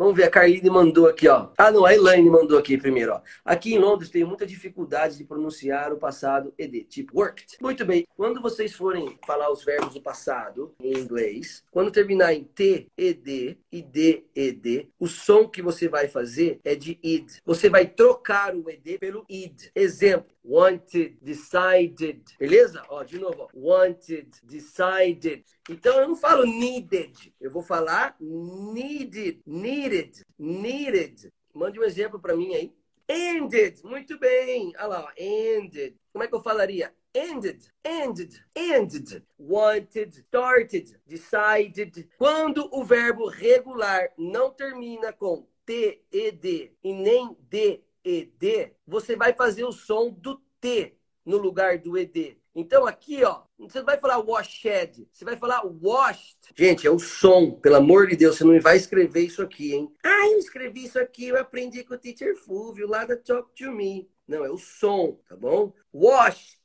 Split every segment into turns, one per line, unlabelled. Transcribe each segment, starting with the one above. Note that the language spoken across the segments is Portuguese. Vamos ver, a Carline mandou aqui, ó. Ah, não, a Elaine mandou aqui primeiro, ó. Aqui em Londres tenho muita dificuldade de pronunciar o passado ed, tipo worked. Muito bem. Quando vocês forem falar os verbos do passado em inglês, quando terminar em t, ed e d, ed, o som que você vai fazer é de id. Você vai trocar o ed pelo id. Exemplo: wanted, decided. Beleza? Ó, de novo, ó. wanted, decided. Então eu não falo needed, eu vou falar needed, needed, needed. Mande um exemplo para mim aí. Ended, muito bem. Olha lá, ó. ended. Como é que eu falaria? Ended, ended, ended, wanted, started, decided. Quando o verbo regular não termina com T, E, D e nem D, E, D, você vai fazer o som do T no lugar do ED. Então aqui, ó, você não vai falar washed, você vai falar washed. Gente, é o som, pelo amor de Deus, você não vai escrever isso aqui, hein? Ah, eu escrevi isso aqui, eu aprendi com o teacher Fulvio lá da Talk to Me. Não, é o som, tá bom? Washed,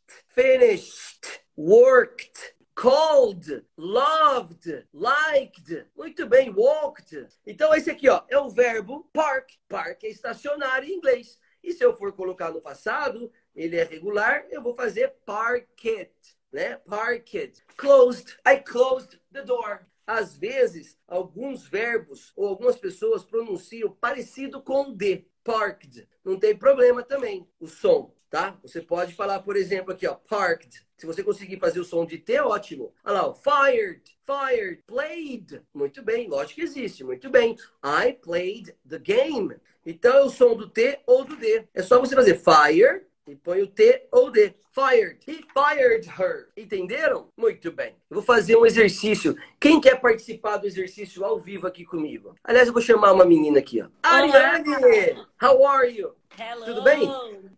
finished, worked, called, loved, liked. Muito bem, walked. Então esse aqui, ó, é o verbo park. Park é estacionar em inglês. E se eu for colocar no passado, ele é regular, eu vou fazer parked, né? Parked. Closed. I closed the door. Às vezes, alguns verbos ou algumas pessoas pronunciam parecido com D. Parked. Não tem problema também o som, tá? Você pode falar, por exemplo, aqui, ó, parked. Se você conseguir fazer o som de T, ótimo. Olha lá, ó, fired, fired, played. Muito bem, lógico que existe, muito bem. I played the game. Então é o som do T ou do D. É só você fazer fire, e põe o T ou o D. Fired. He fired her. Entenderam? Muito bem. Eu vou fazer um exercício. Quem quer participar do exercício ao vivo aqui comigo? Aliás, eu vou chamar uma menina aqui, ó. Ariane! How are you?
Hello.
Tudo bem?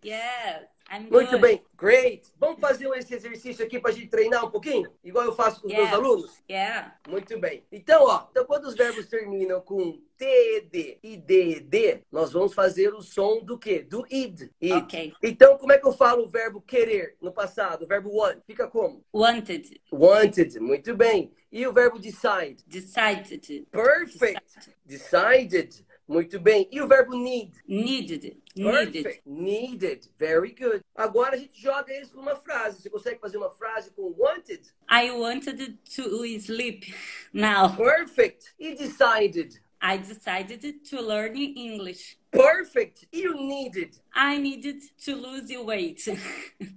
Yes. I'm
Muito
good.
bem. Great. Vamos fazer esse exercício aqui pra gente treinar um pouquinho? Igual eu faço com os meus
Yeah.
alunos?
Yeah.
Muito bem. Então, ó, então quando os verbos terminam com TED e DED, nós vamos fazer o som do quê? Do id. id.
Ok.
Então, como é que eu falo o verbo querer no passado? O verbo want. Fica como?
Wanted.
Wanted. Muito bem. E o verbo decide?
Decided.
Perfect. Decided. Muito bem. E o verbo need?
Needed. Needed.
Perfect. Needed. Very good. Agora a gente joga isso numa frase. Você consegue fazer uma frase com wanted?
I wanted to sleep now.
Perfect. E decided?
I decided to learn English.
Perfect. E o needed?
I needed to lose weight.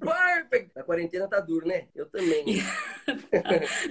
Perfect! A quarentena tá duro, né? Eu também.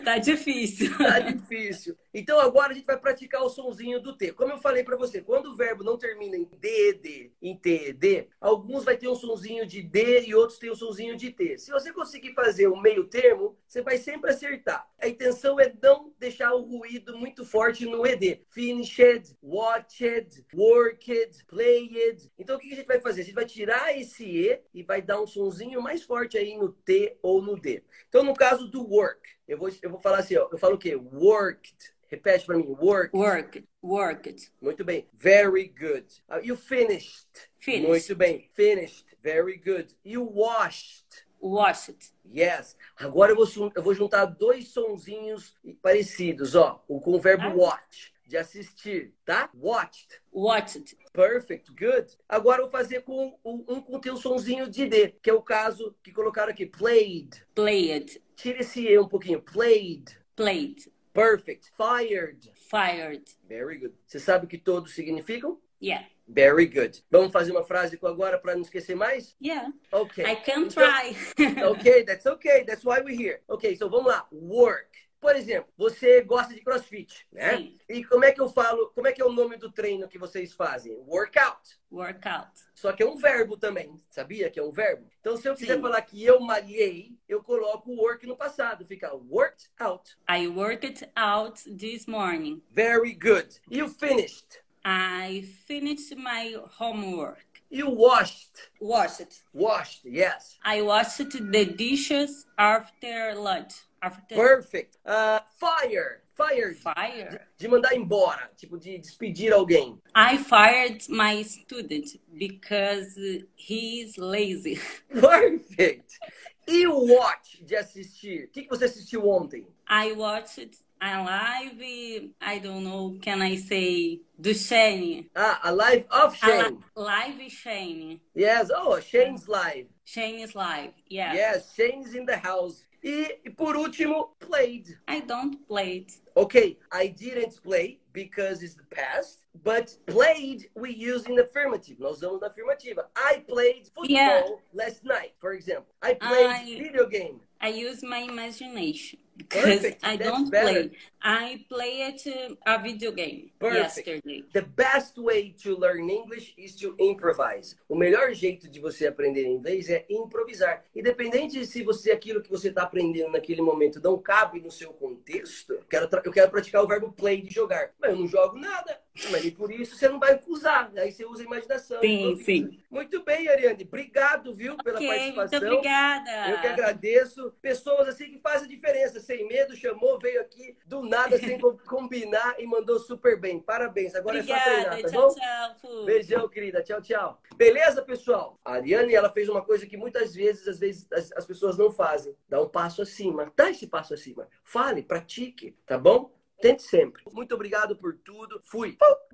tá difícil.
Tá difícil. Então agora a gente vai praticar o sonzinho do T. Como eu falei pra você, quando o verbo não termina em DD, em TED, alguns vai ter um sonzinho de D e outros tem um sonzinho de T. Se você conseguir fazer um meio termo, você vai sempre acertar. A intenção é não deixar o ruído muito forte no ED. Finished, watched, worked, played. Então o que a gente vai fazer? A gente vai tirar esse E e vai dar um sonzinho mais forte aí no T ou no D. Então, no caso do work, eu vou, eu vou falar assim, ó. Eu falo o quê? Worked. Repete pra mim. Work.
Work. Worked.
Muito bem. Very good. Ah, E o finished.
Finished.
Muito bem. Finished. Very good. E o washed.
Washed.
Yes. Agora eu vou, su- eu vou juntar dois sonzinhos parecidos, ó. o- Com o verbo
Ah.
watch. De assistir, tá? Watched.
Watched.
Perfect, good. Agora eu vou fazer com o- um com o teu sonzinho de D, que é o caso que colocaram aqui, played.
Played.
Tira esse E um pouquinho, played.
Played.
Perfect. Fired.
Fired.
Very good. Você sabe o que todos significam?
Yeah.
Very good. Vamos fazer uma frase com agora para não esquecer mais?
Yeah.
Ok.
I can
Então-
try.
ok, that's okay. That's why we're here. Ok, então vamos lá. Work. Por exemplo, você gosta de crossfit, né?
Sim.
E como é que eu falo, como é que é o nome do treino que vocês fazem? Workout.
Workout.
Só que é um verbo também, sabia que é um verbo? Então, se eu quiser
Sim.
falar que eu malhei, eu coloco o work no passado, fica worked out.
I worked out this morning.
Very good. E o finished?
I finished my homework.
E o washed?
Washed.
Washed, yes.
I washed the dishes after lunch. After
Perfect. Ah, fire. Fire.
fire.
De mandar embora. Tipo, de despedir alguém.
I fired my student because he is lazy.
Perfect. E o watch de assistir? O que, que você assistiu ontem?
I watched alive, I don't know, can I say, do Shane?
Ah, a live of Shane.
Live Shane.
Yes, oh, Shane's live.
Shane is live, yeah.
Yes, Shane's in the house. E, e por último, played.
I don't play it.
Okay, I didn't play because it's the past, but played we use in affirmative. Nós usamos na afirmativa. I played football
Yeah.
last night, for example. I played
I-
video game.
I use my imagination because
Perfect,
I
that's
don't
better.
play. I played uh, a video game
Perfect.
yesterday.
The best way to learn English is to improvise. O melhor jeito de você aprender inglês é improvisar. Independente de se você aquilo que você está aprendendo naquele momento não cabe no seu contexto, eu quero, tra- eu quero praticar o verbo play de jogar. Mas eu não jogo nada. Mas e por isso você não vai usar. Aí você usa a imaginação.
Sim,
improvisa.
sim.
Muito bem, Ariane. Obrigado, viu, pela
Ok, muito
participação.
obrigada.
Eu que agradeço. Pessoas assim que fazem a diferença, sem medo, chamou, veio aqui do nada, sem co- combinar e mandou super bem. Parabéns. Agora é só
Obrigada,
treinar, tá
tchau,
bom?
tchau. Fu.
Beijão, querida. Tchau, tchau. Beleza, pessoal? A Ariane, ela fez uma coisa que muitas vezes, às vezes, as, as pessoas não fazem. Dá um passo acima. Dá esse passo acima. Fale, pratique, tá bom? Tente sempre. Muito obrigado por tudo. Fui. Pou!